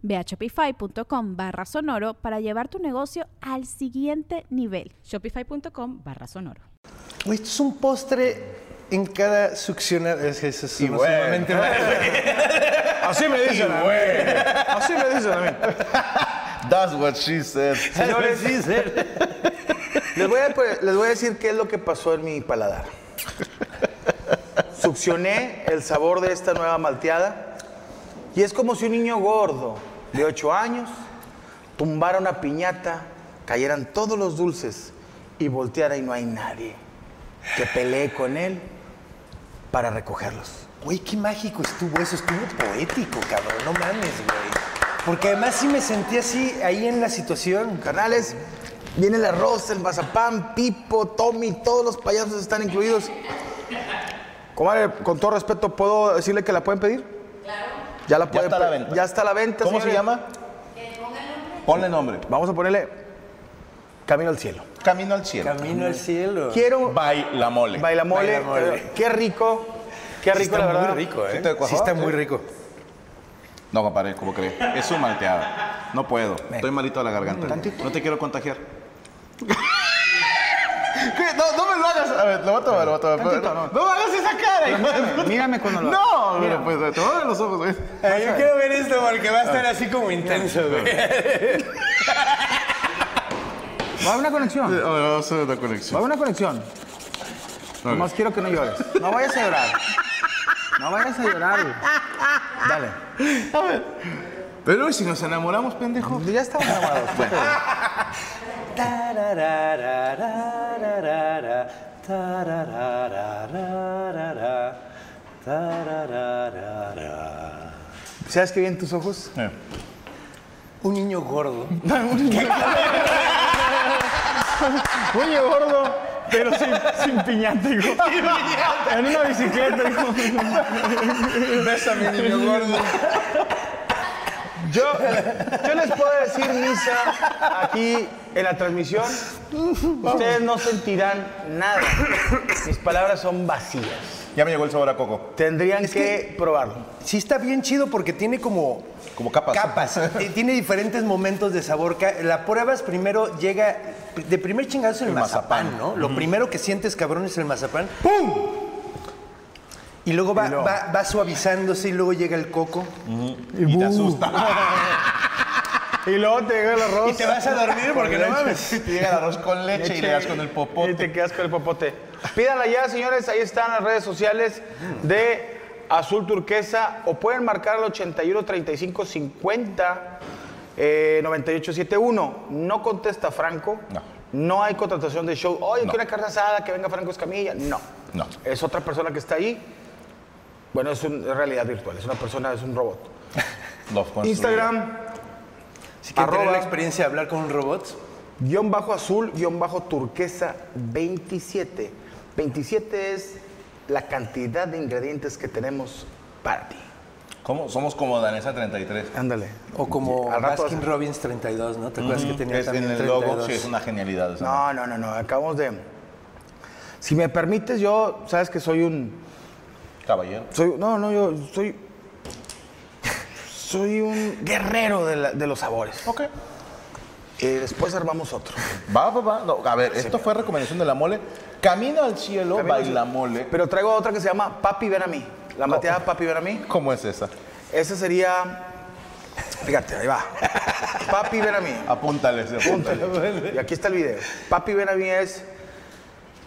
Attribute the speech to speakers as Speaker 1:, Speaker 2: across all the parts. Speaker 1: Ve a shopify.com barra sonoro para llevar tu negocio al siguiente nivel.
Speaker 2: Shopify.com barra sonoro.
Speaker 3: Güey, esto es un postre en cada succionar. Es que eso es
Speaker 4: Y bueno.
Speaker 3: sumamente
Speaker 4: Así me dicen a mí. Así me dicen a mí.
Speaker 5: That's what she said.
Speaker 4: Señores,
Speaker 3: Les voy, a, pre- les voy a decir qué es lo que pasó en mi paladar. Succioné el sabor de esta nueva malteada y es como si un niño gordo de 8 años tumbara una piñata, cayeran todos los dulces y volteara y no hay nadie que pelee con él para recogerlos.
Speaker 5: Güey, qué mágico estuvo eso, estuvo poético, cabrón, no mames, güey. Porque además sí me sentí así ahí en la situación.
Speaker 3: Carnales, viene el arroz, el mazapán, Pipo, Tommy, todos los payasos están incluidos. Comadre, con todo respeto, ¿puedo decirle que la pueden pedir? Claro. Ya la
Speaker 5: Ya
Speaker 3: pueden
Speaker 5: está a la
Speaker 3: pe-
Speaker 5: venta.
Speaker 3: Ya está a la venta.
Speaker 5: ¿Cómo se
Speaker 3: señores.
Speaker 5: llama? Ponle nombre.
Speaker 3: Vamos a ponerle Camino al Cielo.
Speaker 5: Camino al cielo.
Speaker 4: Camino al cielo.
Speaker 3: Quiero
Speaker 5: By la Ah, mole.
Speaker 3: bailamole. eh,
Speaker 4: Bailamole.
Speaker 3: Qué rico. Qué rico, la verdad.
Speaker 4: ¿eh?
Speaker 5: ¿eh? ¿Sí
Speaker 6: ¿Eh?
Speaker 5: te cuajó? Sí.
Speaker 4: rico.
Speaker 5: No, compadre, ¿cómo crees? Es un malteado. No puedo. Estoy malito de la garganta. No te quiero contagiar. ¿Qué? No, no me lo hagas. A ver, lo voy a tomar, lo voy a tomar.
Speaker 4: Tantito,
Speaker 5: no.
Speaker 4: no.
Speaker 5: me hagas esa cara, hijo de puta.
Speaker 4: Mírame cuando lo
Speaker 5: No, mira, pues te voy a ver los ojos, ¿eh? güey.
Speaker 4: yo quiero ver esto porque va a estar así como intenso, güey. Va a haber una
Speaker 5: A ver,
Speaker 4: conexión. Va
Speaker 5: vamos a ver la
Speaker 4: a
Speaker 5: conexión.
Speaker 4: haber una conexión. Nomás quiero que no llores. No vayas a llorar. No vayas a llorar, güey. Dale.
Speaker 5: Pero ¿y si nos enamoramos, pendejo.
Speaker 4: Ya estamos grabados.
Speaker 5: Bueno.
Speaker 3: ¿Sabes qué vi en tus ojos?
Speaker 5: Eh,
Speaker 4: Un niño gordo.
Speaker 3: Oye, gordo. Pero sin, piñata, En una bicicleta,
Speaker 4: Bésame, niño gordo.
Speaker 3: Yo, yo les puedo decir misa aquí en la transmisión. Ustedes no sentirán nada. Mis palabras son vacías.
Speaker 5: Ya me llegó el sabor a coco.
Speaker 3: Tendrían
Speaker 6: Es
Speaker 3: que,
Speaker 6: que-
Speaker 3: probarlo.
Speaker 6: Sí está bien chido porque tiene como
Speaker 5: Como capas.
Speaker 6: capas. Y tiene diferentes momentos de sabor. Ca- La pruebas primero llega de primer chingazo el,
Speaker 5: El mazapán.
Speaker 6: mazapán, ¿no? Lo primero que sientes, cabrón, es el mazapán. ¡Pum! Y luego va, va- va suavizándose y luego llega el coco.
Speaker 5: Y te asusta.
Speaker 3: Y luego te llega el arroz.
Speaker 6: Y te vas a dormir porque no mames.
Speaker 5: Te llega el arroz con leche, y le das con el
Speaker 3: Y te
Speaker 5: popote.
Speaker 3: quedas con el popote. Pídanla ya, señores. Ahí están las redes sociales de Azul Turquesa. O pueden marcar al 81 35 50 eh, 98 71. No contesta Franco.
Speaker 5: No.
Speaker 3: No hay contratación de show. Oye,
Speaker 5: No.
Speaker 3: que una carne asada, que venga Franco Escamilla. No.
Speaker 5: No.
Speaker 3: Es otra persona que está ahí. Bueno, es, un- es realidad virtual. Es una persona, es un robot.
Speaker 5: Lo construye.
Speaker 3: Instagram,
Speaker 6: Si quieres tener
Speaker 3: Arroba.
Speaker 6: la experiencia de hablar con un robot,
Speaker 3: guión bajo azul, guión bajo turquesa 27. 27 es la cantidad de ingredientes que tenemos para ti.
Speaker 5: ¿Cómo? Somos como Danesa 33.
Speaker 3: Ándale.
Speaker 6: o como
Speaker 3: Al rato
Speaker 6: Baskin
Speaker 3: hace-
Speaker 6: Robbins 32, ¿no? ¿Te acuerdas que tenía
Speaker 5: Es en
Speaker 6: también
Speaker 5: el
Speaker 6: 32?
Speaker 5: logo, sí, es una genialidad. esa.
Speaker 3: No, no, no, no. Acabamos de. Si me permites, yo, sabes que soy un.
Speaker 5: Caballero.
Speaker 3: Soy, no, no, yo soy. Soy un guerrero de, la- de los sabores.
Speaker 5: Ok.
Speaker 3: Y después armamos otro.
Speaker 5: Va, va, va. No, a ver, esto fue recomendación de la mole. Camino al cielo,
Speaker 3: Camino al
Speaker 5: baila
Speaker 3: cielo.
Speaker 5: mole.
Speaker 3: Pero traigo otra que se llama Papi Ven a mí. La mateada Papi Ven a mí.
Speaker 5: ¿Cómo es esa?
Speaker 3: Esa sería. Fíjate, ahí va. Papi, ven a mí.
Speaker 5: Apúntale, sí, apúntale.
Speaker 3: Apúntale. Y aquí está el video. Papi, ven a mí es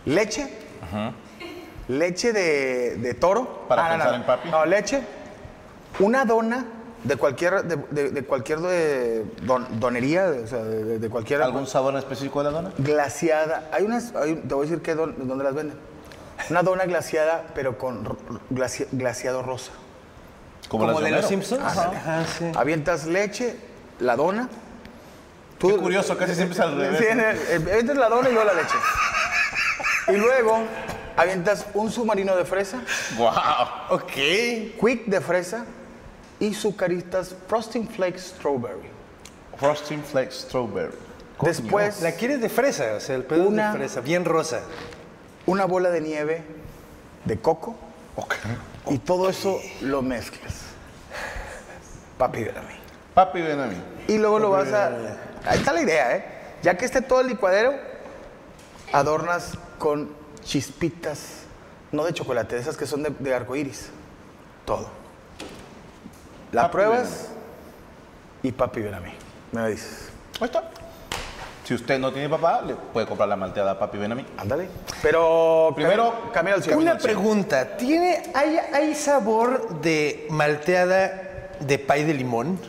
Speaker 3: leche, leche de, de toro. Ah,
Speaker 7: Para pensar en papi.
Speaker 3: No, leche, una dona de cualquier, de, de- de cualquier de don- donería, de, o sea, de, de- de cualquier...
Speaker 7: ¿Algún sabor en específico de la dona?
Speaker 3: Glaciada. Hay unas, hay- te voy a decir que don- dónde las venden. Una dona glaciada, pero con ro- glaci- glaciado rosa.
Speaker 7: Como, las
Speaker 6: de
Speaker 7: Homero.
Speaker 6: los Simpsons. Ajá, sí.
Speaker 3: Ah, Avientas leche, la dona. Tú-
Speaker 7: Qué curioso, casi siempre es al revés.
Speaker 3: Sí, en el- eh, avientas la dona y luego la leche. Y luego avientas un submarino de fresa,
Speaker 7: Wow.
Speaker 6: Ok.
Speaker 3: quick de fresa y sucaritas frosting flakes strawberry.
Speaker 7: Frosting Flakes Strawberry.
Speaker 3: Después,
Speaker 6: La quieres de fresa, o sea, el pedo es
Speaker 3: pues, Una-
Speaker 6: de fresa, bien rosa.
Speaker 3: una bola de nieve de coco
Speaker 7: Ok.
Speaker 3: y todo eso lo mezclas. Papi, ven a mí.
Speaker 7: Papi, ven a mí.
Speaker 3: Y luego lo vas a. Ahí está la idea, ¿eh? Ya que esté todo el licuadero, adornas con chispitas, no de chocolate, de esas que son de, de arcoíris. Todo. La
Speaker 7: Papi,
Speaker 3: pruebas y papi, ven a mí. Me lo dices.
Speaker 7: Ahí está. Si usted no tiene papá, le puede comprar la malteada a Papi, ven a mí.
Speaker 3: Ándale. Pero.
Speaker 7: Primero,
Speaker 3: cami- camina al cielo.
Speaker 6: Una pregunta, ¿tiene, hay, ¿hay sabor de malteada de pay de limón?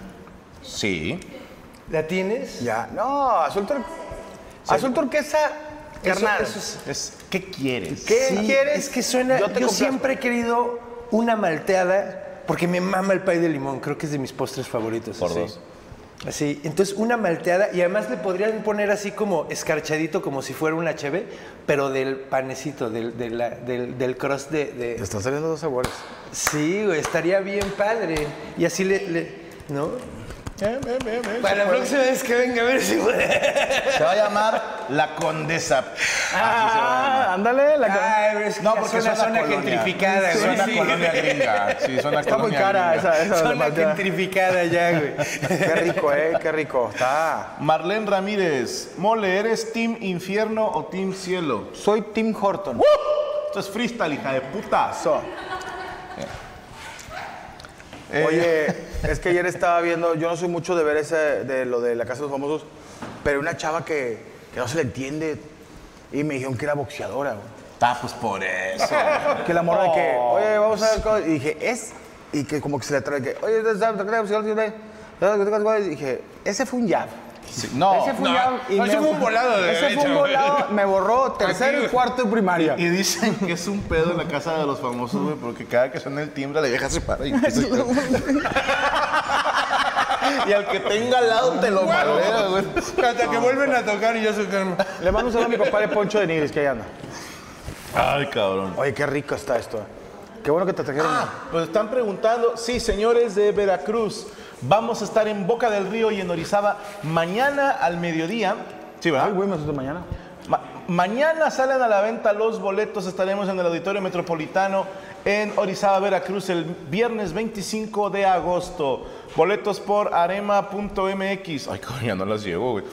Speaker 7: Sí.
Speaker 6: ¿La tienes?
Speaker 3: Ya. No, azul, tor- azul turquesa,
Speaker 6: Eso-
Speaker 3: carnal.
Speaker 6: eso es-
Speaker 7: Es, ¿Qué quieres?
Speaker 3: ¿Qué
Speaker 6: Sí,
Speaker 3: quieres?
Speaker 6: Es que suena. Yo,
Speaker 3: te complazco.
Speaker 6: siempre he querido una malteada porque me mama el pay de limón. Creo que es de mis postres favoritos.
Speaker 7: Por
Speaker 6: así.
Speaker 7: dos.
Speaker 6: Así, entonces una malteada y además le podrían poner así como escarchadito, como si fuera una cheve, pero del panecito, del, de la- del, del crust de. de-
Speaker 3: Te están saliendo dos sabores.
Speaker 6: Sí, güey, estaría bien padre. Y así le. le- ¿No?
Speaker 3: Eh,
Speaker 6: Para la próxima vez que venga a ver si.
Speaker 7: Se va a llamar La Condesa. Así se va a llamar.
Speaker 3: Ah, ándale, la carnal.
Speaker 6: Ay, pero es que
Speaker 7: No,
Speaker 6: ya
Speaker 7: porque
Speaker 6: suena
Speaker 7: suena
Speaker 6: zona
Speaker 7: colonia.
Speaker 6: gentrificada,
Speaker 7: Sí,
Speaker 6: güey.
Speaker 7: Suena
Speaker 6: sí.
Speaker 7: colonia gringa. Sí, suena
Speaker 3: Está muy
Speaker 7: colonia
Speaker 3: cara
Speaker 7: gringa.
Speaker 3: esa, eh. esa de
Speaker 6: Zona
Speaker 3: malteada.
Speaker 6: gentrificada ya, güey.
Speaker 3: Qué rico, eh, qué rico. Está.
Speaker 7: Marlene Ramírez, mole, ¿eres Team Infierno o Team Cielo?
Speaker 3: Soy Tim Horton.
Speaker 7: Esto es freestyle, hija de puta.
Speaker 3: So.
Speaker 7: Eh,
Speaker 3: Oye, es que ayer estaba viendo, yo no soy mucho de ver ese, de lo de la Casa de los Famosos, pero una chava que, que no se le entiende y me dijeron que era boxeadora. güey.
Speaker 7: Ah, pues por eso.
Speaker 3: Que la morra de que,
Speaker 7: Oh.
Speaker 3: oye, vamos a ver, cómo-". y dije, es, y que como que se le trae que, oye, y dije, ese fue un jab.
Speaker 7: Sí, No.
Speaker 3: Ese fue un
Speaker 7: no.
Speaker 3: jab. y
Speaker 7: No,
Speaker 3: me-
Speaker 7: ese fue un volado de
Speaker 3: Ese fue
Speaker 7: derecha,
Speaker 3: un
Speaker 7: güey.
Speaker 3: volado, me borró tercero y cuarto de primaria.
Speaker 7: Y dicen que es un pedo en la casa de los famosos, güey, porque cada que suena el timbre la vieja se para y empieza a- Y al que tenga al lado te lo malea, güey.
Speaker 6: Hasta que vuelven a tocar y ya se calma.
Speaker 3: Le mando un saludo a mi compadre Poncho de Nigris, que ahí anda.
Speaker 7: Ay, cabrón.
Speaker 3: Oye, qué rico está esto. eh. Qué bueno que te trajeron.
Speaker 7: Nos Pues están preguntando, sí, señores de Veracruz, vamos a estar en Boca del Río y en Orizaba mañana al mediodía. Sí, ¿verdad?
Speaker 3: Ay, güey, me asusté mañana.
Speaker 7: Ma- mañana salen a la venta los boletos. Estaremos en el Auditorio Metropolitano en Orizaba, Veracruz, el viernes 25 de agosto. Boletos por arema.mx. Ay, coño, ya no las llevo, güey.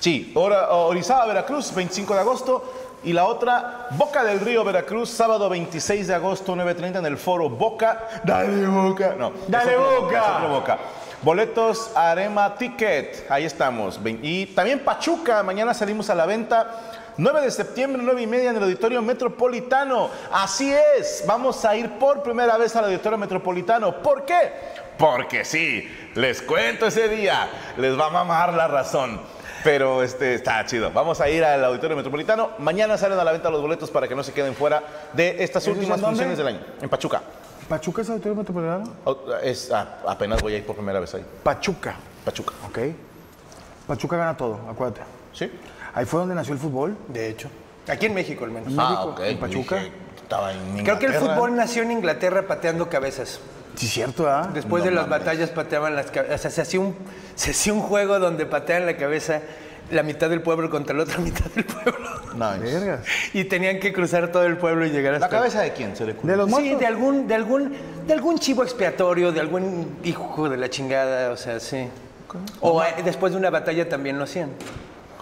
Speaker 7: Sí, Ora- Orizaba, Veracruz, 25 de agosto. Y la otra, Boca del Río, Veracruz, sábado 26 de agosto, 9.30 en el foro Boca. Dale Boca. No,
Speaker 3: Dale
Speaker 7: es otro
Speaker 3: Boca.
Speaker 7: es otro Boca. Boletos Arema Ticket. Ahí estamos. Ve- Y también Pachuca. Mañana salimos a la venta. 9 de septiembre, 9 y media en el Auditorio Metropolitano. Así es. Vamos a ir por primera vez al Auditorio Metropolitano. ¿Por qué? Porque sí. Les cuento ese día. Les va a mamar la razón. Pero este está chido. Vamos a ir al Auditorio Metropolitano. Mañana salen a la venta los boletos para que no se queden fuera de estas
Speaker 3: ¿Eso es
Speaker 7: últimas
Speaker 3: en dónde?
Speaker 7: funciones del año. En Pachuca.
Speaker 3: ¿Pachuca es auditorio metropolitano?
Speaker 7: Au- es- ah, apenas voy a ir por primera vez ahí.
Speaker 3: Pachuca.
Speaker 7: Pachuca.
Speaker 3: Ok. Pachuca gana todo, acuérdate.
Speaker 7: ¿Sí?
Speaker 3: Ahí fue donde nació el fútbol.
Speaker 6: De hecho. Aquí en México, al menos.
Speaker 7: Ah,
Speaker 3: México,
Speaker 7: ok.
Speaker 3: en Pachuca.
Speaker 7: Dije, estaba en
Speaker 6: Creo que el
Speaker 7: Inglaterra.
Speaker 6: fútbol nació en Inglaterra pateando cabezas.
Speaker 3: Sí, cierto, ¿ah?
Speaker 6: Después
Speaker 7: No
Speaker 6: de las
Speaker 7: mames.
Speaker 6: batallas pateaban las cabezas. O sea, se hacía, un, se hacía un juego donde pateaban la cabeza la mitad del pueblo contra la otra mitad del pueblo.
Speaker 7: Nice.
Speaker 3: Vergas.
Speaker 6: Y tenían que cruzar todo el pueblo y llegar hasta...
Speaker 7: ¿La cabeza de quién se le
Speaker 3: De los
Speaker 6: Sí,
Speaker 3: muertos.
Speaker 6: de algún, de, algún, de algún chivo expiatorio, de algún hijo de la chingada, o sea, sí. O eh, después de una batalla también lo hacían.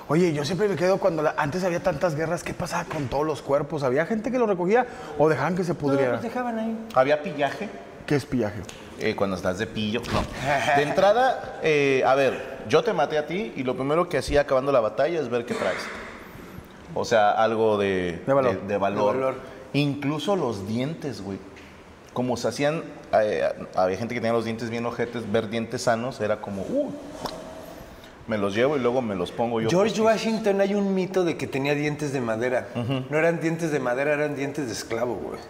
Speaker 3: Oye, yo siempre me quedo cuando la- antes había tantas guerras, ¿qué pasaba con todos los cuerpos? ¿Había gente que los recogía o dejaban que se pudriera?
Speaker 4: pues,
Speaker 6: Los dejaban ahí.
Speaker 7: Había pillaje.
Speaker 3: ¿Qué es pillaje?
Speaker 7: eh, cuando estás de pillo, no. De entrada, eh, a ver, yo te maté a ti y lo primero que hacía acabando la batalla es ver qué traes. O sea, algo de,
Speaker 4: De valor.
Speaker 7: de valor.
Speaker 6: De valor.
Speaker 7: Incluso los dientes, güey. Como se hacían, eh, había gente que tenía los dientes bien ojetes, ver dientes sanos era como, uh, me los llevo y luego me los pongo yo.
Speaker 6: George
Speaker 7: postizo.
Speaker 6: Washington hay un mito de que tenía dientes de madera. No eran dientes de madera, eran dientes de esclavo, güey.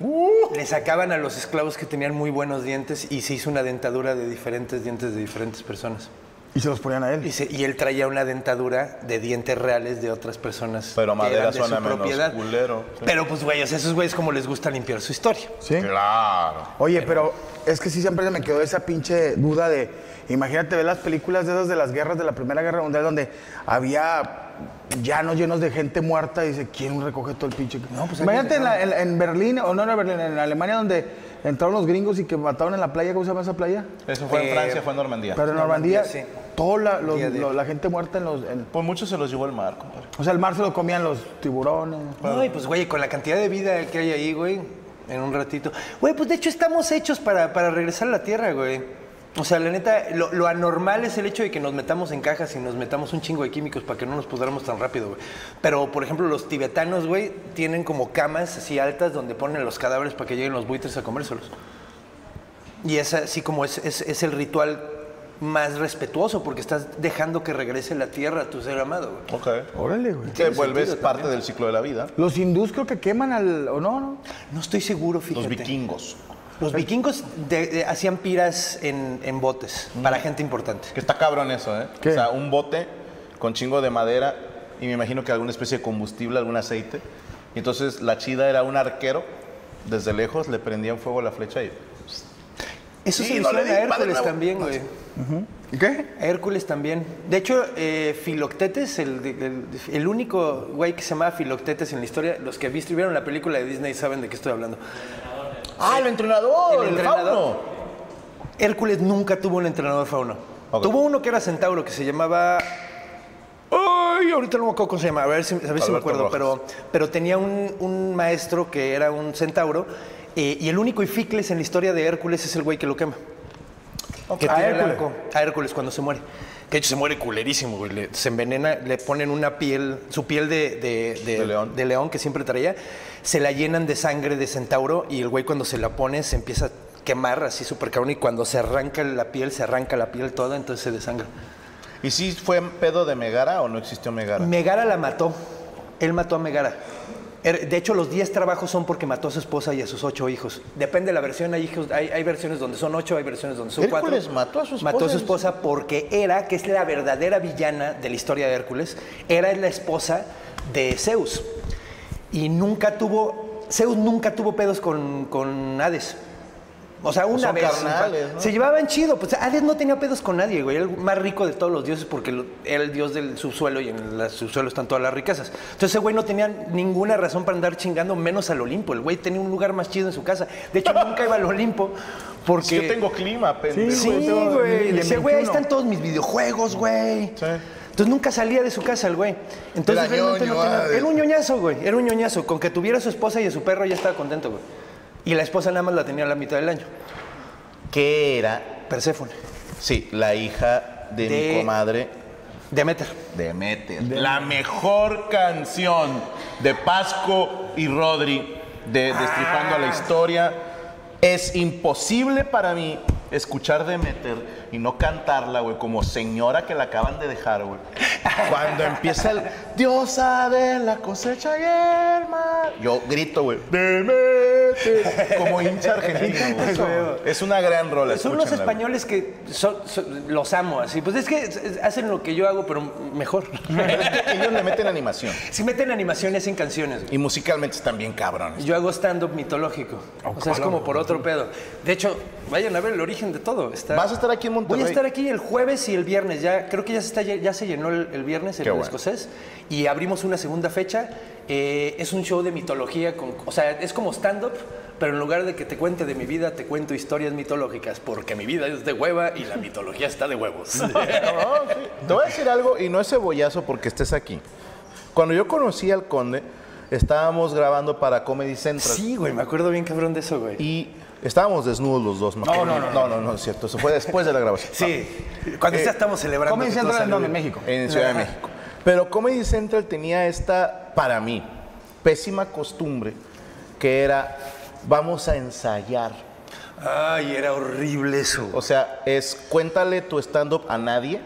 Speaker 7: Uh.
Speaker 6: Le sacaban a los esclavos que tenían muy buenos dientes y se hizo una dentadura de diferentes dientes de diferentes personas.
Speaker 4: Y se los ponían a él.
Speaker 6: Y, se- y él traía una dentadura de dientes reales de otras personas.
Speaker 7: Pero
Speaker 6: que
Speaker 7: madera
Speaker 6: eran de
Speaker 7: suena
Speaker 6: su
Speaker 7: menos
Speaker 6: propiedad.
Speaker 7: culero, sí.
Speaker 6: Pero pues, güey, o sea, esos güeyes como les gusta limpiar su historia.
Speaker 4: ¿Sí?
Speaker 7: Claro.
Speaker 4: Oye, pero es que sí siempre me quedó esa pinche duda de, imagínate ver las películas de esas de las guerras de la Primera Guerra Mundial donde había llanos llenos de gente muerta y dice, ¿quién recoge todo el pinche? No,
Speaker 6: pues hay
Speaker 4: imagínate
Speaker 6: que
Speaker 4: en, la- en- en Berlín, o no en Berlín, en Alemania donde entraron los gringos y que mataron en la playa, ¿cómo se llama esa playa?
Speaker 7: Eso fue en
Speaker 6: Eh,
Speaker 7: Francia, fue en Normandía.
Speaker 4: Pero en Normandía,
Speaker 6: Normandía, sí.
Speaker 4: toda la, los-
Speaker 6: Día a día.
Speaker 4: lo- la gente muerta en los... en-
Speaker 7: Pues mucho se los llevó el mar, compadre.
Speaker 4: o sea, el mar se lo comían los tiburones.
Speaker 6: No, y pues, güey, con la cantidad de vida que hay ahí, güey, en un ratito. Güey, pues de hecho estamos hechos para, para regresar a la Tierra, güey. O sea, la neta, lo, lo anormal es el hecho de que nos metamos en cajas y nos metamos un chingo de químicos para que no nos pudramos tan rápido, güey. Pero, por ejemplo, los tibetanos, güey, tienen como camas así altas donde ponen los cadáveres para que lleguen los buitres a comérselos. Y es así como es, es- es el ritual más respetuoso porque estás dejando que regrese la Tierra a tu ser amado, güey.
Speaker 7: Ok.
Speaker 4: Órale, güey.
Speaker 7: Te
Speaker 6: Tiene
Speaker 7: vuelves
Speaker 6: sentido
Speaker 7: parte
Speaker 6: también.
Speaker 7: del ciclo de la vida.
Speaker 4: Los hindús creo que queman al... ¿O no? no?
Speaker 6: No estoy seguro, fíjate.
Speaker 7: Los vikingos.
Speaker 6: Los vikingos de- de- hacían piras en, en botes para
Speaker 7: Mm.
Speaker 6: gente importante.
Speaker 7: Que está cabrón eso, ¿eh?
Speaker 4: ¿Qué?
Speaker 7: O sea, un bote con chingo de madera y me imagino que alguna especie de combustible, algún aceite. Y entonces la chida era un arquero, desde lejos le prendían fuego a la flecha y...
Speaker 6: Eso
Speaker 7: Sí,
Speaker 6: se
Speaker 7: no
Speaker 6: hicieron
Speaker 7: le di,
Speaker 6: a
Speaker 7: padre,
Speaker 6: Hércules
Speaker 7: bravo.
Speaker 6: también, güey.
Speaker 4: ¿Qué?
Speaker 6: A Hércules también. De hecho, eh, Filoctetes, el, el- el único güey que se llamaba Filoctetes en la historia, los que viste- vieron la película de Disney saben de qué estoy hablando.
Speaker 7: ¡Ah, el entrenador!
Speaker 6: El
Speaker 7: ¡El,
Speaker 6: entrenador.
Speaker 7: fauno!
Speaker 6: Hércules nunca tuvo un entrenador fauno.
Speaker 7: Ok.
Speaker 6: Tuvo uno que era centauro, que se llamaba... Ay, ahorita no me acuerdo cómo se llama, a ver si, a ver si
Speaker 7: Alberto
Speaker 6: me acuerdo,
Speaker 7: Rojas.
Speaker 6: pero, pero tenía un, un maestro que era un centauro eh, y el único Ificles en la historia de Hércules es el güey que lo quema. Que
Speaker 4: ¿A
Speaker 6: tira el
Speaker 4: Hércules?
Speaker 6: arco a Hércules cuando se muere. Que de hecho se muere culerísimo, güey. le- se envenena, le ponen una piel, su piel de, de- de-
Speaker 7: De león.
Speaker 6: de león que siempre traía, se la llenan de sangre de centauro y el güey cuando se la pone se empieza a quemar así súper cabrón y cuando se arranca la piel, se arranca la piel toda, entonces se desangra.
Speaker 7: ¿Y si fue pedo de Megara o no existió Megara?
Speaker 6: Megara la mató. Él mató a Megara. Er- De hecho, los 10 trabajos son porque mató a su esposa y a sus ocho hijos. Depende de la versión. Hay, hijos, hay, hay versiones donde son ocho, hay versiones donde son cuatro.
Speaker 7: Hércules mató a su esposa
Speaker 6: Mató a su
Speaker 7: y-
Speaker 6: esposa porque Hera, que es la verdadera villana de la historia de Hércules, Hera es la esposa de Zeus. Y nunca tuvo... Zeus nunca tuvo pedos con, con Hades. O sea, una
Speaker 7: son
Speaker 6: vez.
Speaker 7: carnales, ¿no?
Speaker 6: Se llevaban chido. Pues Hades no tenía pedos con nadie, güey. Era el más rico de todos los dioses porque lo- era el dios del subsuelo y en el subsuelo están todas las riquezas. Entonces, ese güey no tenía ninguna razón para andar chingando menos al Olimpo. El güey tenía un lugar más chido en su casa. De hecho, nunca iba al Olimpo porque.
Speaker 7: Yo tengo clima, pendejo.
Speaker 6: Sí,
Speaker 4: güey, tengo
Speaker 6: güey.
Speaker 4: el
Speaker 6: Decía, güey,
Speaker 4: 21.
Speaker 6: ahí están todos mis videojuegos, güey.
Speaker 7: Sí.
Speaker 6: Entonces nunca salía de su casa el güey. Entonces
Speaker 7: Era
Speaker 6: realmente
Speaker 7: ñoño,
Speaker 6: no tenía-
Speaker 7: ah, de-
Speaker 6: Era un ñoñazo, güey. Era un ñoñazo. Con que tuviera a su esposa y a su perro ya estaba contento, güey. Y la esposa nada más la tenía a la mitad del año.
Speaker 7: Que era,
Speaker 6: Perséfone.
Speaker 7: sí, la hija de,
Speaker 6: De-
Speaker 7: mi comadre
Speaker 6: Demeter.
Speaker 7: Demeter. La mejor canción de Pasco y Rodri de Destripando la Historia. Es imposible para mí escuchar Demeter y no cantarla, güey, como señora que la acaban de dejar, güey. Cuando empieza el Diosa de la cosecha y el mar. Yo grito, güey, Demeter, como hincha argentino, güey. Es una gran rola,
Speaker 6: Son los
Speaker 7: escúchenla, güey.
Speaker 6: españoles que son- son- los amo así. Pues es que es- es- hacen lo que yo hago, pero mejor.
Speaker 7: Pero es que ellos le meten animación.
Speaker 6: si meten animación y hacen canciones, güey.
Speaker 7: Y musicalmente están bien cabrones.
Speaker 6: Yo hago stand-up mitológico. o sea, es como por otro pedo. De hecho, vayan a ver el origen de todo. Está-
Speaker 7: ¿Vas a estar aquí en Monterrey?
Speaker 6: Voy a estar aquí el jueves y el viernes. Ya, creo que ya se, está, lle- ya se llenó el, el viernes el
Speaker 7: Qué bueno.
Speaker 6: escocés. Y abrimos una segunda fecha. Eh, es un show de mitología. Con, o sea, es como stand-up, pero en lugar de que te cuente de mi vida, te cuento historias mitológicas. Porque mi vida es de hueva y la mitología está de huevos.
Speaker 7: No, sí. Te voy a decir algo y no es cebollazo porque estés aquí. Cuando yo conocí al conde, estábamos grabando para Comedy Central
Speaker 6: sí, güey, me acuerdo bien cabrón de eso, güey.
Speaker 7: y estábamos desnudos los dos. No, no, no, no, no, es cierto. Eso fue después de la grabación.
Speaker 6: Eh, Sí, cuando ya estamos celebrando. que todo
Speaker 4: Comienza a entrar en
Speaker 6: salió
Speaker 4: dónde, en
Speaker 6: bien.
Speaker 4: México.
Speaker 7: En Ciudad de México. Pero Comedy Central tenía esta, para mí, pésima costumbre, que era, vamos a ensayar.
Speaker 6: Ay, era horrible eso.
Speaker 7: O sea, es cuéntale tu stand-up a nadie,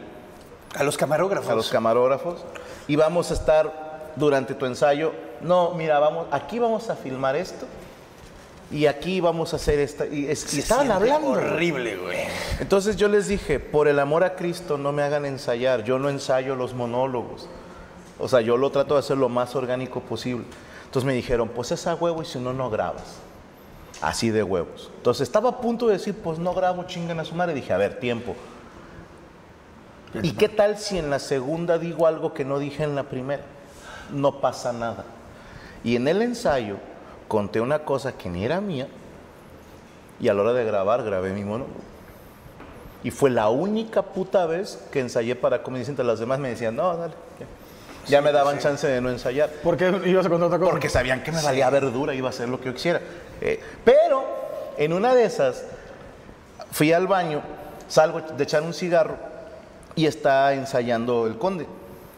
Speaker 6: A los camarógrafos.
Speaker 7: a los camarógrafos, y vamos a estar durante tu ensayo, no, mira, vamos, aquí vamos a filmar esto, y aquí vamos a hacer esta, y, es- y
Speaker 6: Se
Speaker 7: estaban
Speaker 6: siente
Speaker 7: hablando.
Speaker 6: Horrible, güey.
Speaker 7: Entonces yo les dije, por el amor a Cristo, no me hagan ensayar, yo no ensayo los monólogos. O sea, yo lo trato de hacer lo más orgánico posible. Entonces me dijeron, pues es a huevo y si no, no grabas. Así de huevos. Entonces estaba a punto de decir, pues no grabo, chingan a su madre. Dije, a ver, tiempo. ¿Y qué tal si en la segunda digo algo que no dije en la primera? No pasa nada. Y en el ensayo conté una cosa que ni era mía y a la hora de grabar grabé mi monólogo. Y fue la única puta vez que ensayé para Comedy Central. Las demás me decían, no, dale. Ya, Ya me daban chance de no ensayar.
Speaker 4: ¿Por qué ibas a contar otra cosa?
Speaker 7: Porque sabían que me valía verdura, iba a hacer lo que yo quisiera. Eh, pero en una de esas, fui al baño, salgo de echar un cigarro y está ensayando el conde.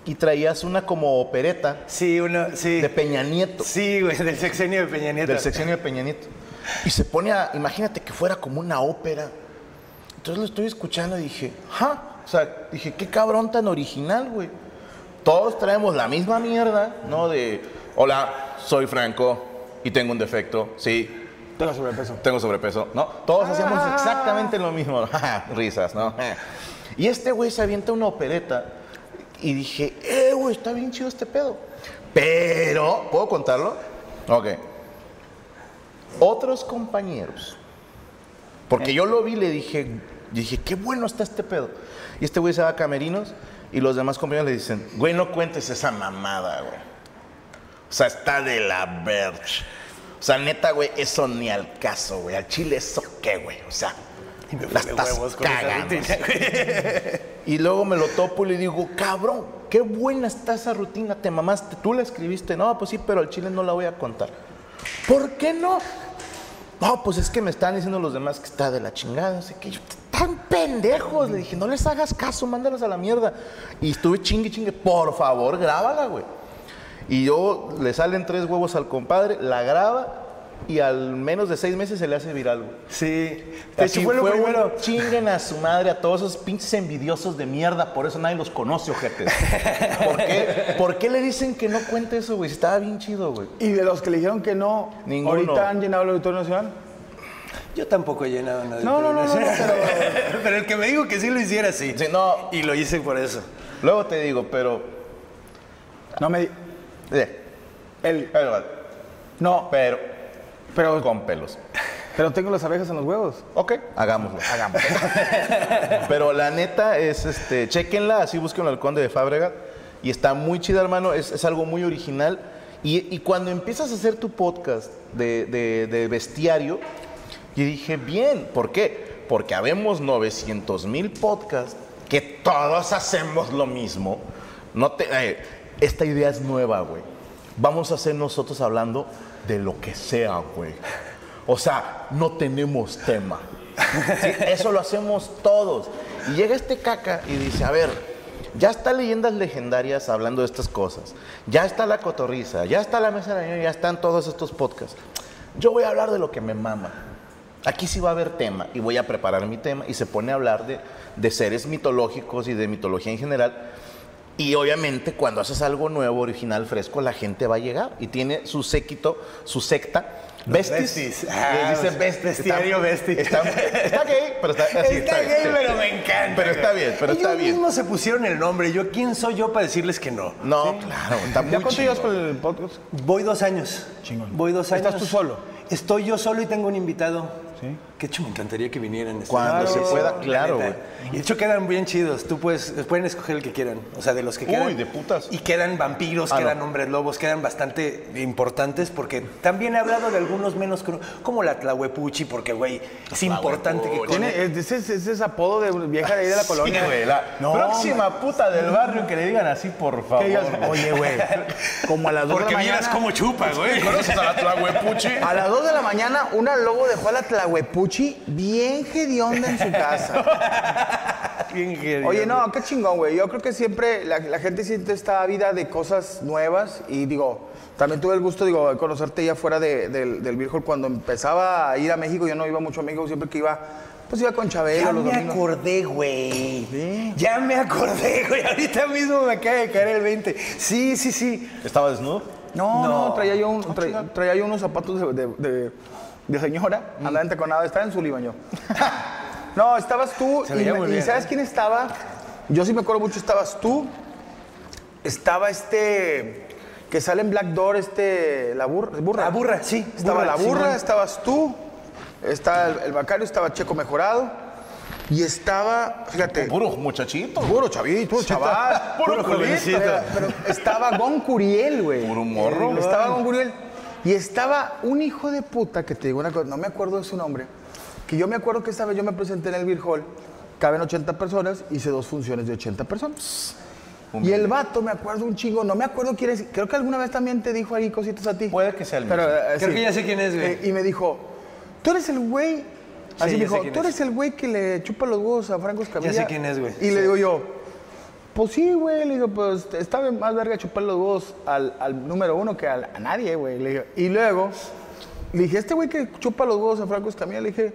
Speaker 7: Y traías una como opereta
Speaker 6: Sí, uno, sí.
Speaker 7: de Peña Nieto,
Speaker 6: Sí, güey, del sexenio de Peña Nieto.
Speaker 7: del sexenio de Peña Nieto. Y se pone a, imagínate que fuera como una ópera. Entonces lo estoy escuchando y dije, ja, o sea, dije, qué cabrón tan original, güey. Todos traemos la misma mierda, ¿no? De, hola, soy Franco y tengo un defecto, sí,
Speaker 4: Tengo sobrepeso.
Speaker 7: tengo sobrepeso, ¿no? Todos hacemos exactamente lo mismo, risas, ¿no? Y este güey se avienta una opereta y dije, eh, güey, está bien chido este pedo. Pero, ¿puedo contarlo? Ok. Otros compañeros, porque yo lo vi, le dije, dije, qué bueno está este pedo. Y este güey se va a camerinos y los demás compañeros le dicen, güey, no cuentes esa mamada, güey. O sea, está de la verge. O sea, neta, güey, eso ni al caso, güey. Al chile, ¿eso qué, güey? O sea, la estás cagando. Y luego me lo topo y le digo, cabrón, qué buena está esa rutina, te mamaste, tú la escribiste. No, pues sí, pero al chile no la voy a contar. ¿Por qué no? No, pues es que me están diciendo los demás que está de la chingada, no sé qué. Yo, tan pendejos, le dije, no les hagas caso, mándalos a la mierda. Y estuve chingue, chingue, por favor, grábala, güey. Y yo le salen tres huevos al compadre, la graba y al menos de seis meses se le hace viral, güey.
Speaker 6: Sí. De hecho,
Speaker 7: Así
Speaker 6: fue lo
Speaker 7: fue un
Speaker 6: primero.
Speaker 7: chinguen a su madre a todos esos pinches envidiosos de mierda, por eso nadie los conoce, ojetes. ¿Por qué, por qué le dicen que no cuente eso, güey? Si Estaba bien chido, güey.
Speaker 4: Y de los que le dijeron que no,
Speaker 7: Ninguno.
Speaker 4: ahorita han llenado el Auditorio Nacional.
Speaker 6: Yo tampoco he llenado nada.
Speaker 4: No, no, no, no,
Speaker 6: pero... pero el que me dijo que sí lo hiciera, sí.
Speaker 7: Sí, no.
Speaker 6: Y lo hice por eso.
Speaker 7: Luego te digo, pero...
Speaker 4: No me di-
Speaker 7: eh,
Speaker 4: el
Speaker 7: pero vale.
Speaker 4: no,
Speaker 7: Pero...
Speaker 4: pero
Speaker 7: Con pelos.
Speaker 4: pero tengo las abejas en los huevos.
Speaker 7: Ok, hagámoslo, hagámoslo. Pero la neta es, este, chequenla, así busquen al Conde de Fábrega. Y está muy chida, hermano, es, es algo muy original. Y, y cuando empiezas a hacer tu podcast de, de- de bestiario, yo dije, bien, ¿por qué? Porque habemos 900 mil podcasts que todos hacemos lo mismo. No te, eh, esta idea es nueva, güey. Vamos a hacer nosotros hablando de lo que sea, güey. O sea, no tenemos tema. Sí, eso lo hacemos todos. Y llega este caca y dice, a ver, ya está leyendas legendarias hablando de estas cosas. Ya está la cotorriza, ya está la mesa de la Ñoña, ya están todos estos podcasts. Yo voy a hablar de lo que me mama. Aquí sí va a haber tema y voy a preparar mi tema y se pone a hablar de, de seres mitológicos y de mitología en general. Y obviamente cuando haces algo nuevo, original, fresco, la gente va a llegar y tiene su séquito, su secta. Besties.
Speaker 6: besties.
Speaker 7: Les
Speaker 6: Ah,
Speaker 7: dice
Speaker 6: o sea,
Speaker 7: besties.
Speaker 6: bestiario
Speaker 7: Está-
Speaker 6: besties.
Speaker 7: está- Está gay, pero está, así,
Speaker 6: está gay,
Speaker 7: sí.
Speaker 6: pero me encanta.
Speaker 7: Pero está
Speaker 6: güey.
Speaker 7: bien, pero está
Speaker 6: Ellos
Speaker 7: bien.
Speaker 6: mismos se pusieron el nombre. Yo, ¿quién soy yo para decirles que no?
Speaker 7: No, claro, está muy
Speaker 4: ¿Ya cuánto llevas
Speaker 7: chido.
Speaker 4: con el podcast?
Speaker 6: Voy dos años.
Speaker 4: Chingón.
Speaker 6: Voy dos años.
Speaker 4: ¿Estás tú solo?
Speaker 6: Estoy yo solo y tengo un invitado.
Speaker 4: Sí.
Speaker 6: Que de hecho me encantaría que vinieran. este
Speaker 7: Cuando
Speaker 6: año.
Speaker 7: se
Speaker 6: Sí,
Speaker 7: pueda,
Speaker 6: la
Speaker 7: claro,
Speaker 6: neta. Y de hecho quedan bien chidos. Tú puedes, pueden escoger el que quieran. O sea, de los que
Speaker 7: Uy,
Speaker 6: quedan.
Speaker 7: de putas.
Speaker 6: Y quedan vampiros,
Speaker 7: Ah,
Speaker 6: quedan
Speaker 7: no.
Speaker 6: hombres lobos, quedan bastante importantes porque también he hablado de algunos menos cono- como la Tlahuepuchi, porque, güey, es importante que
Speaker 4: Tiene
Speaker 6: conozcan.
Speaker 4: ese es, ese es apodo de vieja de ahí de la colonia.
Speaker 7: Sí, güey, la
Speaker 4: No,
Speaker 7: próxima puta del barrio que le digan así, por favor.
Speaker 4: Que digas, oye, güey, como a las 2 de
Speaker 6: Porque
Speaker 4: la
Speaker 6: miras
Speaker 4: mañana.
Speaker 6: cómo chupa, güey.
Speaker 7: ¿Conoces a la Tlahuepuchi?
Speaker 4: A las 2 de la mañana, una lobo dejó a la Tlahuepuchi bien hedionda en su casa.
Speaker 3: Oye, no, qué chingón, güey. Yo creo que siempre la, la gente siente esta vida de cosas nuevas y digo, también tuve el gusto, digo, de conocerte ya fuera de- del, del Beer Hall. Cuando empezaba a ir a México, yo no iba mucho a México, siempre que iba, pues iba con Chabelo
Speaker 6: Ya
Speaker 3: los
Speaker 6: me
Speaker 3: domingos.
Speaker 6: acordé, güey. Ya me acordé, güey. Ahorita mismo me acaba de caer el 20. Sí, sí, sí.
Speaker 7: ¿Estaba desnudo?
Speaker 3: No, no,
Speaker 6: No.
Speaker 3: traía, yo un- tra- traía yo unos zapatos de, de- de- de señora,
Speaker 6: Mm.
Speaker 3: andaba entaconada, estaba en Sullivan yo. no, estabas tú
Speaker 6: Se
Speaker 3: y,
Speaker 6: veía
Speaker 3: me-
Speaker 6: muy
Speaker 3: y
Speaker 6: bien,
Speaker 3: ¿sabes
Speaker 6: ¿eh?
Speaker 3: quién estaba? Yo sí me acuerdo mucho, estabas tú, estaba este que sale en Black Door, este, la burra. burra.
Speaker 6: La burra, sí,
Speaker 3: Estaba
Speaker 6: burra,
Speaker 3: la burra,
Speaker 6: Simón.
Speaker 3: estabas tú, estaba el, el Bacario, estaba Checo Mejorado y estaba, fíjate,
Speaker 7: Puro muchachito.
Speaker 3: Puro chavito, puro chaval.
Speaker 7: Puro culito.
Speaker 3: jovencito. Pero, pero estaba Gon Curiel, güey.
Speaker 7: Puro morro.
Speaker 3: Eh, Estaba Gon Curiel. Y estaba un hijo de puta, que te digo una cosa, no me acuerdo de su nombre, que yo me acuerdo que esta vez yo me presenté en el Beer Hall, caben 80 personas, hice dos funciones de 80 personas. Y el vato, me acuerdo un chingo, no me acuerdo quién es, creo que alguna vez también te dijo ahí cositas a ti.
Speaker 7: Puede que sea el
Speaker 3: Pero,
Speaker 7: mismo.
Speaker 3: eh,
Speaker 6: Creo que ya sé quién es, güey.
Speaker 3: Eh, y me dijo, tú eres el güey, así
Speaker 6: ya
Speaker 3: me
Speaker 6: sé
Speaker 3: dijo,
Speaker 6: quién
Speaker 3: tú
Speaker 6: es".
Speaker 3: eres el güey que le chupa los huevos a Franco Escamilla.
Speaker 6: sé quién es, güey.
Speaker 3: Y le digo yo, pues sí, güey. Le digo, pues estaba más verga chupar los huevos al, al número uno que al- a nadie, güey. Le digo, y luego, le dije, este güey que chupa los huevos a Franco Escamilla, le dije,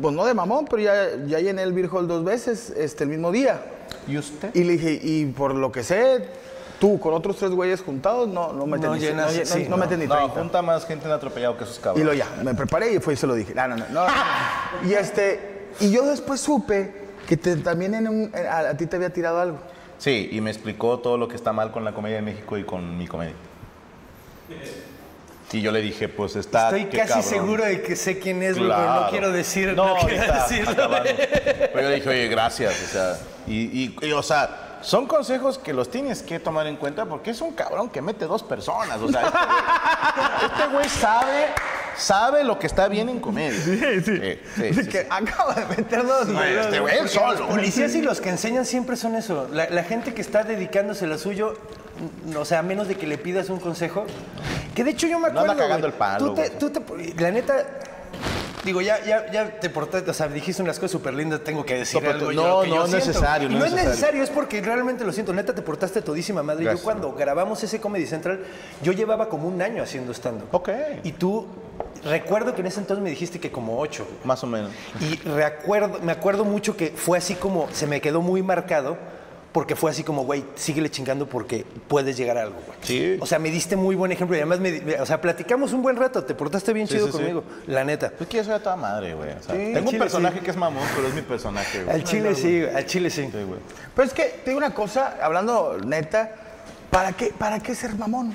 Speaker 3: pues no de mamón, pero ya, ya llené el Beer Hall dos veces este, el mismo día.
Speaker 7: ¿Y usted?
Speaker 3: Y le dije, y por lo que sé, tú con otros tres güeyes juntados no, no metes
Speaker 6: No
Speaker 3: ni-
Speaker 6: llenas,
Speaker 3: no, lle-
Speaker 6: sí,
Speaker 3: no- no metes ni
Speaker 7: No,
Speaker 3: 30.
Speaker 7: junta más gente en atropellado que esos
Speaker 3: Y lo
Speaker 7: cabrones.
Speaker 3: ya, me preparé y fue y se lo dije. No, no, no. no, no. y este, y yo después supe que te- también en un- en- a, a ti te había tirado algo.
Speaker 7: Sí, y me explicó todo lo que está mal con la comedia de México y con mi comedia. Y yo le dije, pues está.
Speaker 6: Estoy
Speaker 7: qué
Speaker 6: casi
Speaker 7: cabrón.
Speaker 6: seguro de que sé quién es, güey, pero
Speaker 7: Claro.
Speaker 6: no quiero decir, no, quiero
Speaker 7: ahorita,
Speaker 6: decirlo.
Speaker 7: acabando.
Speaker 6: güey.
Speaker 7: Pero yo le dije, oye, gracias. O sea, y, y- y, o sea, son consejos que los tienes que tomar en cuenta porque es un cabrón que mete dos personas. O sea, este güey- este güey sabe, sabe lo que está bien en comedia. Sí, sí. sí, sí.
Speaker 3: Que acaba de meter dos.
Speaker 7: No, este güey
Speaker 6: Porque
Speaker 7: solo.
Speaker 6: Los policías y los que enseñan siempre son eso. La, la gente que está dedicándose a lo suyo, n- o sea, a menos de que le pidas un consejo. Que de hecho yo me
Speaker 7: No
Speaker 6: acuerdo.
Speaker 7: anda cagando
Speaker 6: güey,
Speaker 7: el palo,
Speaker 6: Tú te,
Speaker 7: güey.
Speaker 6: tú te- la neta. Digo, ya, ya, ya te portaste, o sea, dijiste unas cosas súper lindas, tengo que decir
Speaker 7: No, pero
Speaker 6: algo.
Speaker 7: tú-
Speaker 6: yo,
Speaker 7: no,
Speaker 6: que yo
Speaker 7: no, no es
Speaker 6: siento.
Speaker 7: necesario,
Speaker 6: Y
Speaker 7: no
Speaker 6: No, es
Speaker 7: es necesario.
Speaker 6: necesario, es porque realmente lo siento, neta, te portaste todísima madre.
Speaker 7: Gracias,
Speaker 6: yo cuando grabamos ese Comedy Central, yo llevaba como un año haciendo stand-up.
Speaker 7: Ok.
Speaker 6: Y tú, recuerdo que en ese entonces me dijiste que como ocho. güey.
Speaker 7: Más o menos.
Speaker 6: Y reacuerdo, me acuerdo mucho que fue así como, se me quedó muy marcado, porque fue así como, güey, síguele chingando porque puedes llegar a algo, güey.
Speaker 7: Sí.
Speaker 6: O sea, me diste muy buen ejemplo y además, me, di- o sea, platicamos un buen rato, te portaste bien
Speaker 7: Sí,
Speaker 6: chido
Speaker 7: sí, sí.
Speaker 6: conmigo, la neta.
Speaker 7: Pues que yo soy de toda madre, güey. o sea,
Speaker 6: Sí,
Speaker 7: tengo un
Speaker 6: chile,
Speaker 7: personaje
Speaker 6: sí.
Speaker 7: que es mamón, pero es mi personaje, güey.
Speaker 6: Al chile sí, güey, al chile sí.
Speaker 7: Sí, güey.
Speaker 3: Pero es que te digo una cosa, hablando neta, ¿para qué, para qué ser mamón?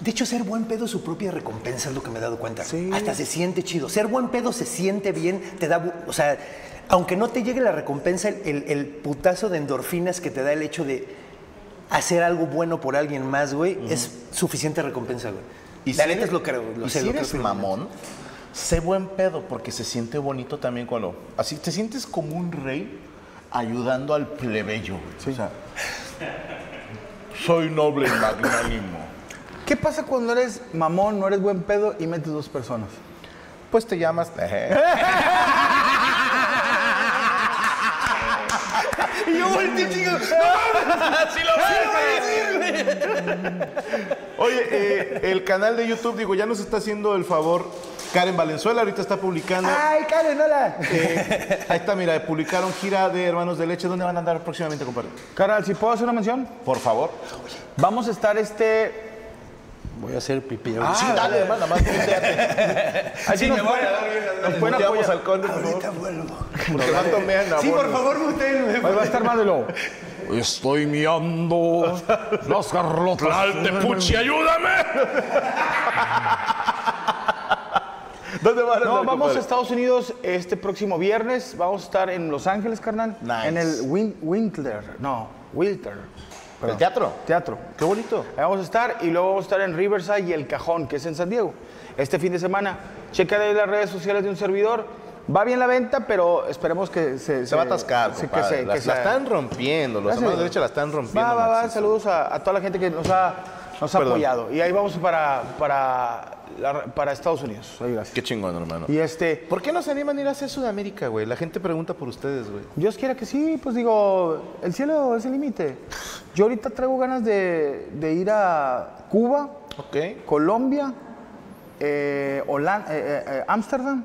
Speaker 6: De hecho, ser buen pedo es su propia recompensa, es lo que me he dado cuenta.
Speaker 3: Sí.
Speaker 6: Hasta se siente chido. Ser buen pedo se siente bien, te da. bu- O sea, aunque no te llegue la recompensa, el, el- el putazo de endorfinas que te da el hecho de hacer algo bueno por alguien más, güey, es suficiente recompensa, güey.
Speaker 7: Y
Speaker 6: la
Speaker 7: si
Speaker 6: neta
Speaker 7: eres-
Speaker 6: es lo que creo. Lo
Speaker 7: y
Speaker 6: sé,
Speaker 7: si
Speaker 6: lo creo
Speaker 7: eres
Speaker 6: firmemente.
Speaker 7: mamón, sé buen pedo porque se siente bonito también cuando así te sientes como un rey ayudando al plebeyo. güey. O sea, soy noble y magnánimo.
Speaker 3: ¿Qué pasa cuando eres mamón, no eres buen pedo y metes dos personas?
Speaker 7: Pues te llamas. Ejé.
Speaker 6: Y yo volteé, chico. ¡No! ¡Así lo voy a decir, güey.
Speaker 7: Oye, eh, el canal de YouTube, digo, ya nos está haciendo el favor. Karen Valenzuela ahorita está publicando.
Speaker 6: ¡Ay, Karen, hola!
Speaker 7: eh, ahí está, mira, publicaron gira de Hermanos de Leche. ¿Dónde van a andar próximamente, compadre?
Speaker 3: Carnal, si puedo hacer una mención,
Speaker 7: Por favor.
Speaker 3: vamos a estar este. Ah,
Speaker 6: Voy a hacer pipí.
Speaker 7: sí, dale, hermano, nada más. muteate.
Speaker 3: Ahí sí nos
Speaker 6: me voy a
Speaker 3: pueden-
Speaker 6: dar bien,
Speaker 3: nos pueden
Speaker 7: Muteamos
Speaker 3: apoyar.
Speaker 7: al conde, por favor.
Speaker 6: Ahorita vuelvo.
Speaker 7: Porque van a tomar, no,
Speaker 6: Sí, por
Speaker 7: bueno.
Speaker 6: favor, mutenme.
Speaker 3: Ahí va a estar Manolo.
Speaker 5: Estoy mirando las garrotas.
Speaker 7: Puchi, ayúdame. ¿Dónde van
Speaker 3: No,
Speaker 7: a andar,
Speaker 3: vamos
Speaker 7: compadre?
Speaker 3: a Estados Unidos este próximo viernes. Vamos a estar en Los Ángeles, carnal.
Speaker 7: Nice.
Speaker 3: En el Win Wintler. No, Wilter.
Speaker 7: ¿El teatro?
Speaker 3: Teatro.
Speaker 7: Qué bonito.
Speaker 3: Ahí vamos a estar y luego vamos a estar en Riverside y El Cajón, que es en San Diego. Este fin de semana. Checa de las redes sociales de un servidor. Va bien la venta, pero esperemos que se...
Speaker 7: Se va a atascar,
Speaker 3: sí,
Speaker 7: compadre. la, la
Speaker 3: se-
Speaker 7: están rompiendo, los
Speaker 3: Gracias.
Speaker 7: hermanos de derecha la están rompiendo.
Speaker 3: Va, va, va.
Speaker 7: macizo.
Speaker 3: Saludos a, a toda la gente que nos ha Nos ha
Speaker 7: Perdón.
Speaker 3: apoyado. Y ahí vamos para, para, la- para Estados Unidos. Ay, gracias.
Speaker 7: Qué chingón, hermano.
Speaker 3: Y este,
Speaker 7: ¿Por qué no se animan a ir hacia Sudamérica, güey? La gente pregunta por ustedes, güey.
Speaker 3: Dios quiera que sí, pues digo, el cielo es el límite. Yo ahorita traigo ganas de, de ir a Cuba,
Speaker 7: Ok.
Speaker 3: Colombia, eh, Holan- eh, eh, eh, Ámsterdam.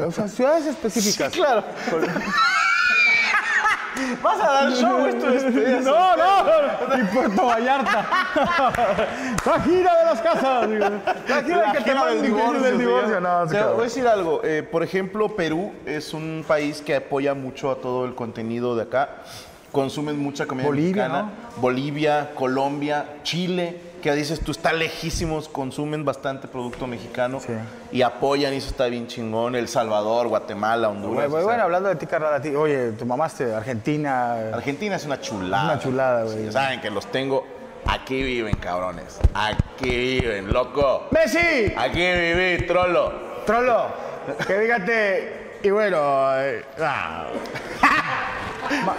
Speaker 3: o sea, ciudades específicas.
Speaker 7: claro. Vas a dar show, güey, tu despedida.
Speaker 3: No, no, y Puerto Vallarta. La gira de las casas. digo. La gira
Speaker 7: La
Speaker 3: que te
Speaker 7: gira
Speaker 3: manda
Speaker 7: del
Speaker 3: el divorcio. Del
Speaker 7: sí,
Speaker 3: divorcio.
Speaker 7: ya.
Speaker 3: No, se
Speaker 7: Te voy
Speaker 3: acabó.
Speaker 7: a decir algo. eh, por ejemplo, Perú es un país que apoya mucho a todo el contenido de acá. Consumen mucha comida
Speaker 3: Bolivia,
Speaker 7: mexicana. Bolivia, Colombia, Chile, que dices tú, está lejísimos, consumen bastante producto mexicano
Speaker 3: Sí.
Speaker 7: y apoyan, y eso está bien chingón. El Salvador, Guatemala, Honduras.
Speaker 3: Bueno, bueno,
Speaker 7: o sea,
Speaker 3: hablando de ti, carnal, a ti. Oye, tu mamaste, Argentina.
Speaker 7: Argentina es una chulada.
Speaker 3: Es una chulada, güey.
Speaker 7: Sí, saben que los tengo. Aquí viven, cabrones. Aquí viven, loco.
Speaker 3: ¡Messi!
Speaker 7: Aquí viví, trolo.
Speaker 3: Trolo, que dígate. Y bueno. eh, ah. Ma-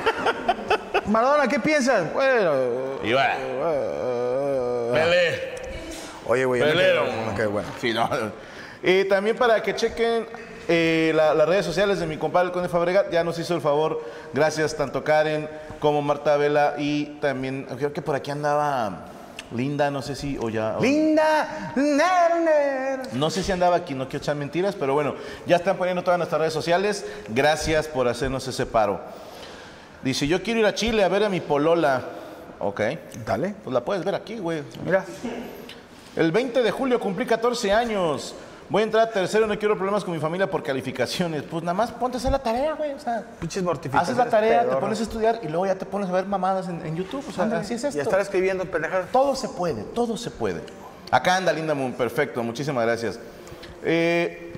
Speaker 3: Maradona, ¿qué piensas? Bueno.
Speaker 7: Y va.
Speaker 3: eh,
Speaker 7: Pelé.
Speaker 3: Oye, güey, ya me quedé,
Speaker 7: Pelero.
Speaker 3: me quedé bueno.
Speaker 7: Sí, no. Y también para que chequen eh, la- las redes sociales de mi compadre el Conde Fabregat, ya nos hizo el favor. Gracias tanto Karen como Marta Vela y también creo que por aquí andaba Linda, no sé si o ya. o-
Speaker 3: Linda Nerner.
Speaker 7: No sé si andaba aquí, no quiero echar mentiras, pero bueno, ya están poniendo todas nuestras redes sociales. Gracias por hacernos ese paro. Dice, yo quiero ir a Chile a ver a mi polola. Ok.
Speaker 3: Dale.
Speaker 7: Pues la puedes ver aquí, güey.
Speaker 3: Mira.
Speaker 7: El 20 de julio cumplí 14 años. Voy a entrar a tercero, no quiero problemas con mi familia por calificaciones. Pues nada más ponte a hacer la tarea, güey. O sea,
Speaker 3: Pinches mortificaciones.
Speaker 7: haces la tarea, te
Speaker 3: pedorras.
Speaker 7: pones a estudiar y luego ya te pones a ver mamadas en, en YouTube. O sea, así es esto.
Speaker 3: Y estar escribiendo pendejadas.
Speaker 7: Todo se puede, todo se puede. Acá anda Linda Moon, perfecto, muchísimas gracias. Eh,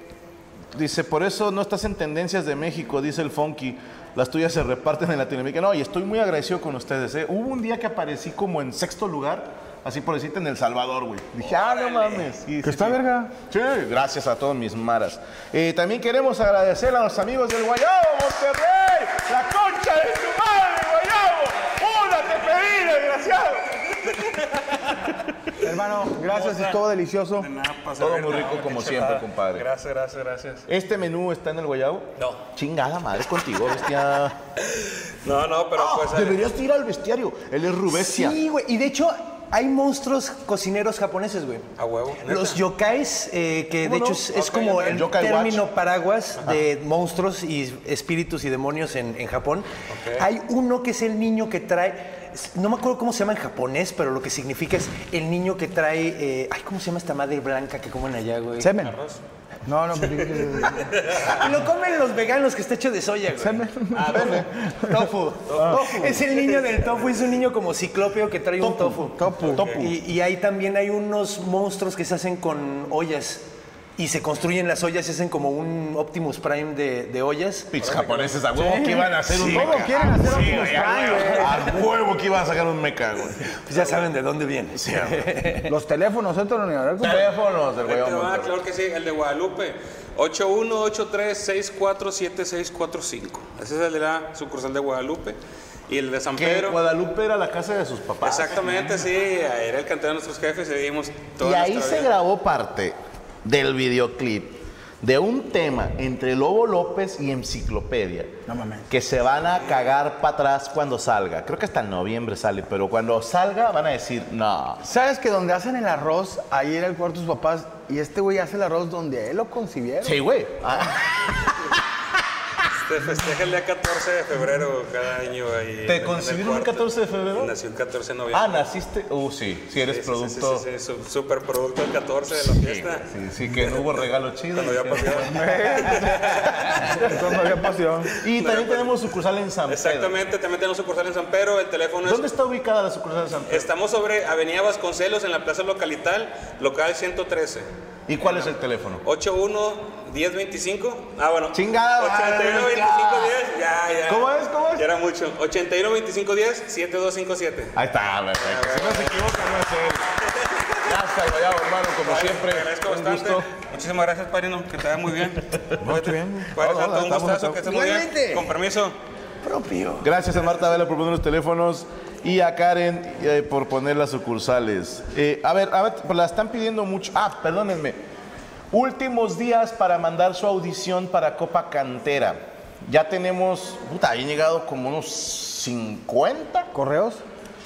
Speaker 7: dice, por eso no estás en tendencias de México, dice el Funky. Las tuyas se reparten en Latinoamérica. No, y estoy muy agradecido con ustedes. ¿eh? Hubo un día que aparecí como en sexto lugar, así por decirte, en El Salvador, güey. Dije, ah, no mames. Sí, sí,
Speaker 3: está
Speaker 7: sí.
Speaker 3: verga.
Speaker 7: Sí, gracias a todos mis maras. Eh, también queremos agradecer a los amigos del Guayabo, Monterrey, la concha de su madre, Guayabo. Una te pedí, desgraciado.
Speaker 3: Hermano, gracias, estuvo delicioso.
Speaker 8: De nada, pasa
Speaker 7: Todo
Speaker 8: bien,
Speaker 7: muy
Speaker 8: no,
Speaker 7: rico
Speaker 8: qué
Speaker 7: como
Speaker 8: chetada.
Speaker 7: siempre, compadre.
Speaker 8: Gracias, gracias, gracias.
Speaker 7: ¿Este menú está en el Guayabo?
Speaker 8: No.
Speaker 7: Chingada madre contigo, bestia. Ah,
Speaker 8: No, no, pero pues. Ale-
Speaker 7: Deberías de ir al bestiario. Él es Rubesia.
Speaker 6: Sí, güey. Y de hecho, hay monstruos cocineros japoneses, güey.
Speaker 8: A huevo.
Speaker 6: Los
Speaker 8: neta.
Speaker 6: yokais, eh, que de hecho es, es
Speaker 8: Ok,
Speaker 6: como
Speaker 8: ok.
Speaker 6: el
Speaker 7: Yokai Watch.
Speaker 6: término paraguas de monstruos y espíritus y demonios en, en Japón.
Speaker 8: Ok.
Speaker 6: Hay uno que es el niño que trae, es- no me acuerdo cómo se llama en japonés, pero lo que significa es el niño que trae, eh, ay, ¿cómo se llama esta madre blanca que comen allá, güey?
Speaker 3: Semen. No, no, pues,
Speaker 6: Y lo comen los veganos que está hecho de soya, güey. Ah, tofu. Tofu. Es el niño del tofu, es un niño como ciclópeo que trae un tofu.
Speaker 7: Topu. Topu.
Speaker 6: Y, y ahí también hay unos monstruos que se hacen con ollas. Y se construyen las ollas y hacen como un Optimus Prime de, de ollas.
Speaker 7: Pinches japoneses a huevo que iban a hacer un meca.
Speaker 3: eh, quieren hacer
Speaker 7: Sí,
Speaker 3: Optimus
Speaker 7: güey, a
Speaker 3: Prime,
Speaker 7: huevo. A huevo que iban a sacar un meca, güey.
Speaker 6: Pues ya saben de dónde viene.
Speaker 3: los teléfonos, entran en la
Speaker 7: Teléfonos del
Speaker 8: Ahí te
Speaker 7: Guayabo.
Speaker 8: va,
Speaker 7: Monterrey.
Speaker 8: claro que sí, el de Guadalupe. 8183647645. Ese es el de la sucursal de Guadalupe. Y el de San
Speaker 7: Que
Speaker 8: Pedro.
Speaker 7: Guadalupe era la casa de sus papás.
Speaker 8: Exactamente, sí. ahí Era el canteo de nuestros jefes y dimos todo.
Speaker 7: Y ahí se grabó parte del videoclip de un tema entre Lobo López y Enciclopedia.
Speaker 3: No mames.
Speaker 7: Que se van a cagar para atrás cuando salga. Creo que hasta en noviembre sale, pero cuando salga van a decir, no.
Speaker 3: ¿Sabes que donde hacen el arroz, ahí era el cuarto de sus papás, y este güey hace el arroz donde a él lo concibieron?
Speaker 7: Sí, güey. Ah,
Speaker 8: Se Este festeja el día 14 de febrero cada año. Ahí,
Speaker 7: ¿Te
Speaker 8: en el
Speaker 7: concibieron el
Speaker 8: cuarto.
Speaker 7: 14 de febrero?
Speaker 8: Nació el 14 de noviembre.
Speaker 7: Ah, naciste. Uh, sí, si eres
Speaker 8: Sí, sí, sí,
Speaker 7: producto.
Speaker 8: Sí, sí, sí, su- super producto el 14 de la fiesta.
Speaker 7: Sí, sí, que no hubo regalo chido.
Speaker 8: Cuando ya pasó.
Speaker 3: Cuando había pasión.
Speaker 7: Y también tenemos sucursal en San Pedro.
Speaker 8: Exactamente, también tenemos sucursal en San Pedro. El teléfono es
Speaker 7: ¿Dónde está ubicada la sucursal de San Pedro?
Speaker 8: Estamos sobre Avenida Vasconcelos en la Plaza Localital, local 113.
Speaker 7: ¿Y cuál es el teléfono?
Speaker 8: 81 1025. Ah, bueno.
Speaker 7: Chingada madre,
Speaker 8: 81 25 10. Ya, ya.
Speaker 7: ¿Cómo es? ¿Cómo es?
Speaker 8: Ya era mucho. 81 25 10 7257.
Speaker 7: Ahí está, perfecto. Si no se equivoca, no es él. Gracias, Guayabo, hermano, como
Speaker 8: Padre,
Speaker 7: siempre.
Speaker 8: Te agradezco
Speaker 7: un
Speaker 8: bastante.
Speaker 7: gusto.
Speaker 8: Muchísimas gracias, Padrino. Que te vaya muy bien.
Speaker 7: estoy bien.
Speaker 8: Padre
Speaker 7: Hola,
Speaker 8: Santo,
Speaker 7: hola,
Speaker 8: un
Speaker 7: estamos-
Speaker 8: gustazo. Que estés muy bien.
Speaker 6: Igualmente.
Speaker 8: Con permiso.
Speaker 5: propio.
Speaker 7: Gracias a Marta Vela por poner los teléfonos y a Karen eh, por poner las sucursales. Eh, a ver, a ver, pues la están pidiendo mucho. Ah, perdónenme. Últimos días para mandar su audición para Copa Cantera. Ya tenemos, puta, han llegado como unos 50
Speaker 4: ¿Correos?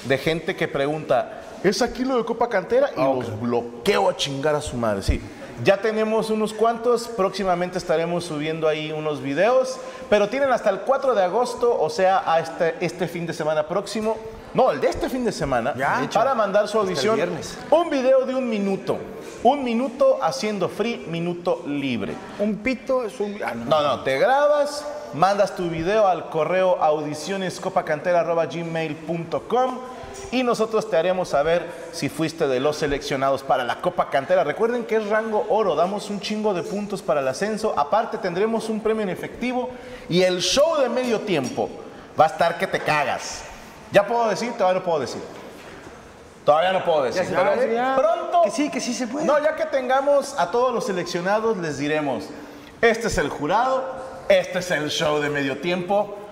Speaker 7: de gente que pregunta, ¿es aquí lo de Copa Cantera? Y los bloqueo a chingar a su madre, sí. Ya tenemos unos cuantos, próximamente estaremos subiendo ahí unos videos, pero tienen hasta el 4 de agosto, o sea, a este, este fin de semana próximo, no, el de este fin de semana,
Speaker 4: Ya. De hecho,
Speaker 7: para mandar su audición,
Speaker 5: viernes.
Speaker 7: un video de un minuto, un minuto haciendo free, minuto libre.
Speaker 4: Un pito es un. Ah, no.
Speaker 7: No, no, te grabas, mandas tu video al correo audicionescopacantera.gmail.com y nosotros te haremos saber si fuiste de los seleccionados para la Copa Cantera. Recuerden que es rango oro, damos un chingo de puntos para el ascenso, aparte tendremos un premio en efectivo y el show de medio tiempo va a estar que te cagas. ¿Ya puedo decir? Todavía no puedo decir. Todavía no puedo decir.
Speaker 5: se
Speaker 7: pero
Speaker 5: puede, ya.
Speaker 7: Pronto.
Speaker 5: Que sí, que sí se puede.
Speaker 7: No, ya que tengamos a todos los seleccionados, les diremos, este es el jurado, este es el show de medio tiempo,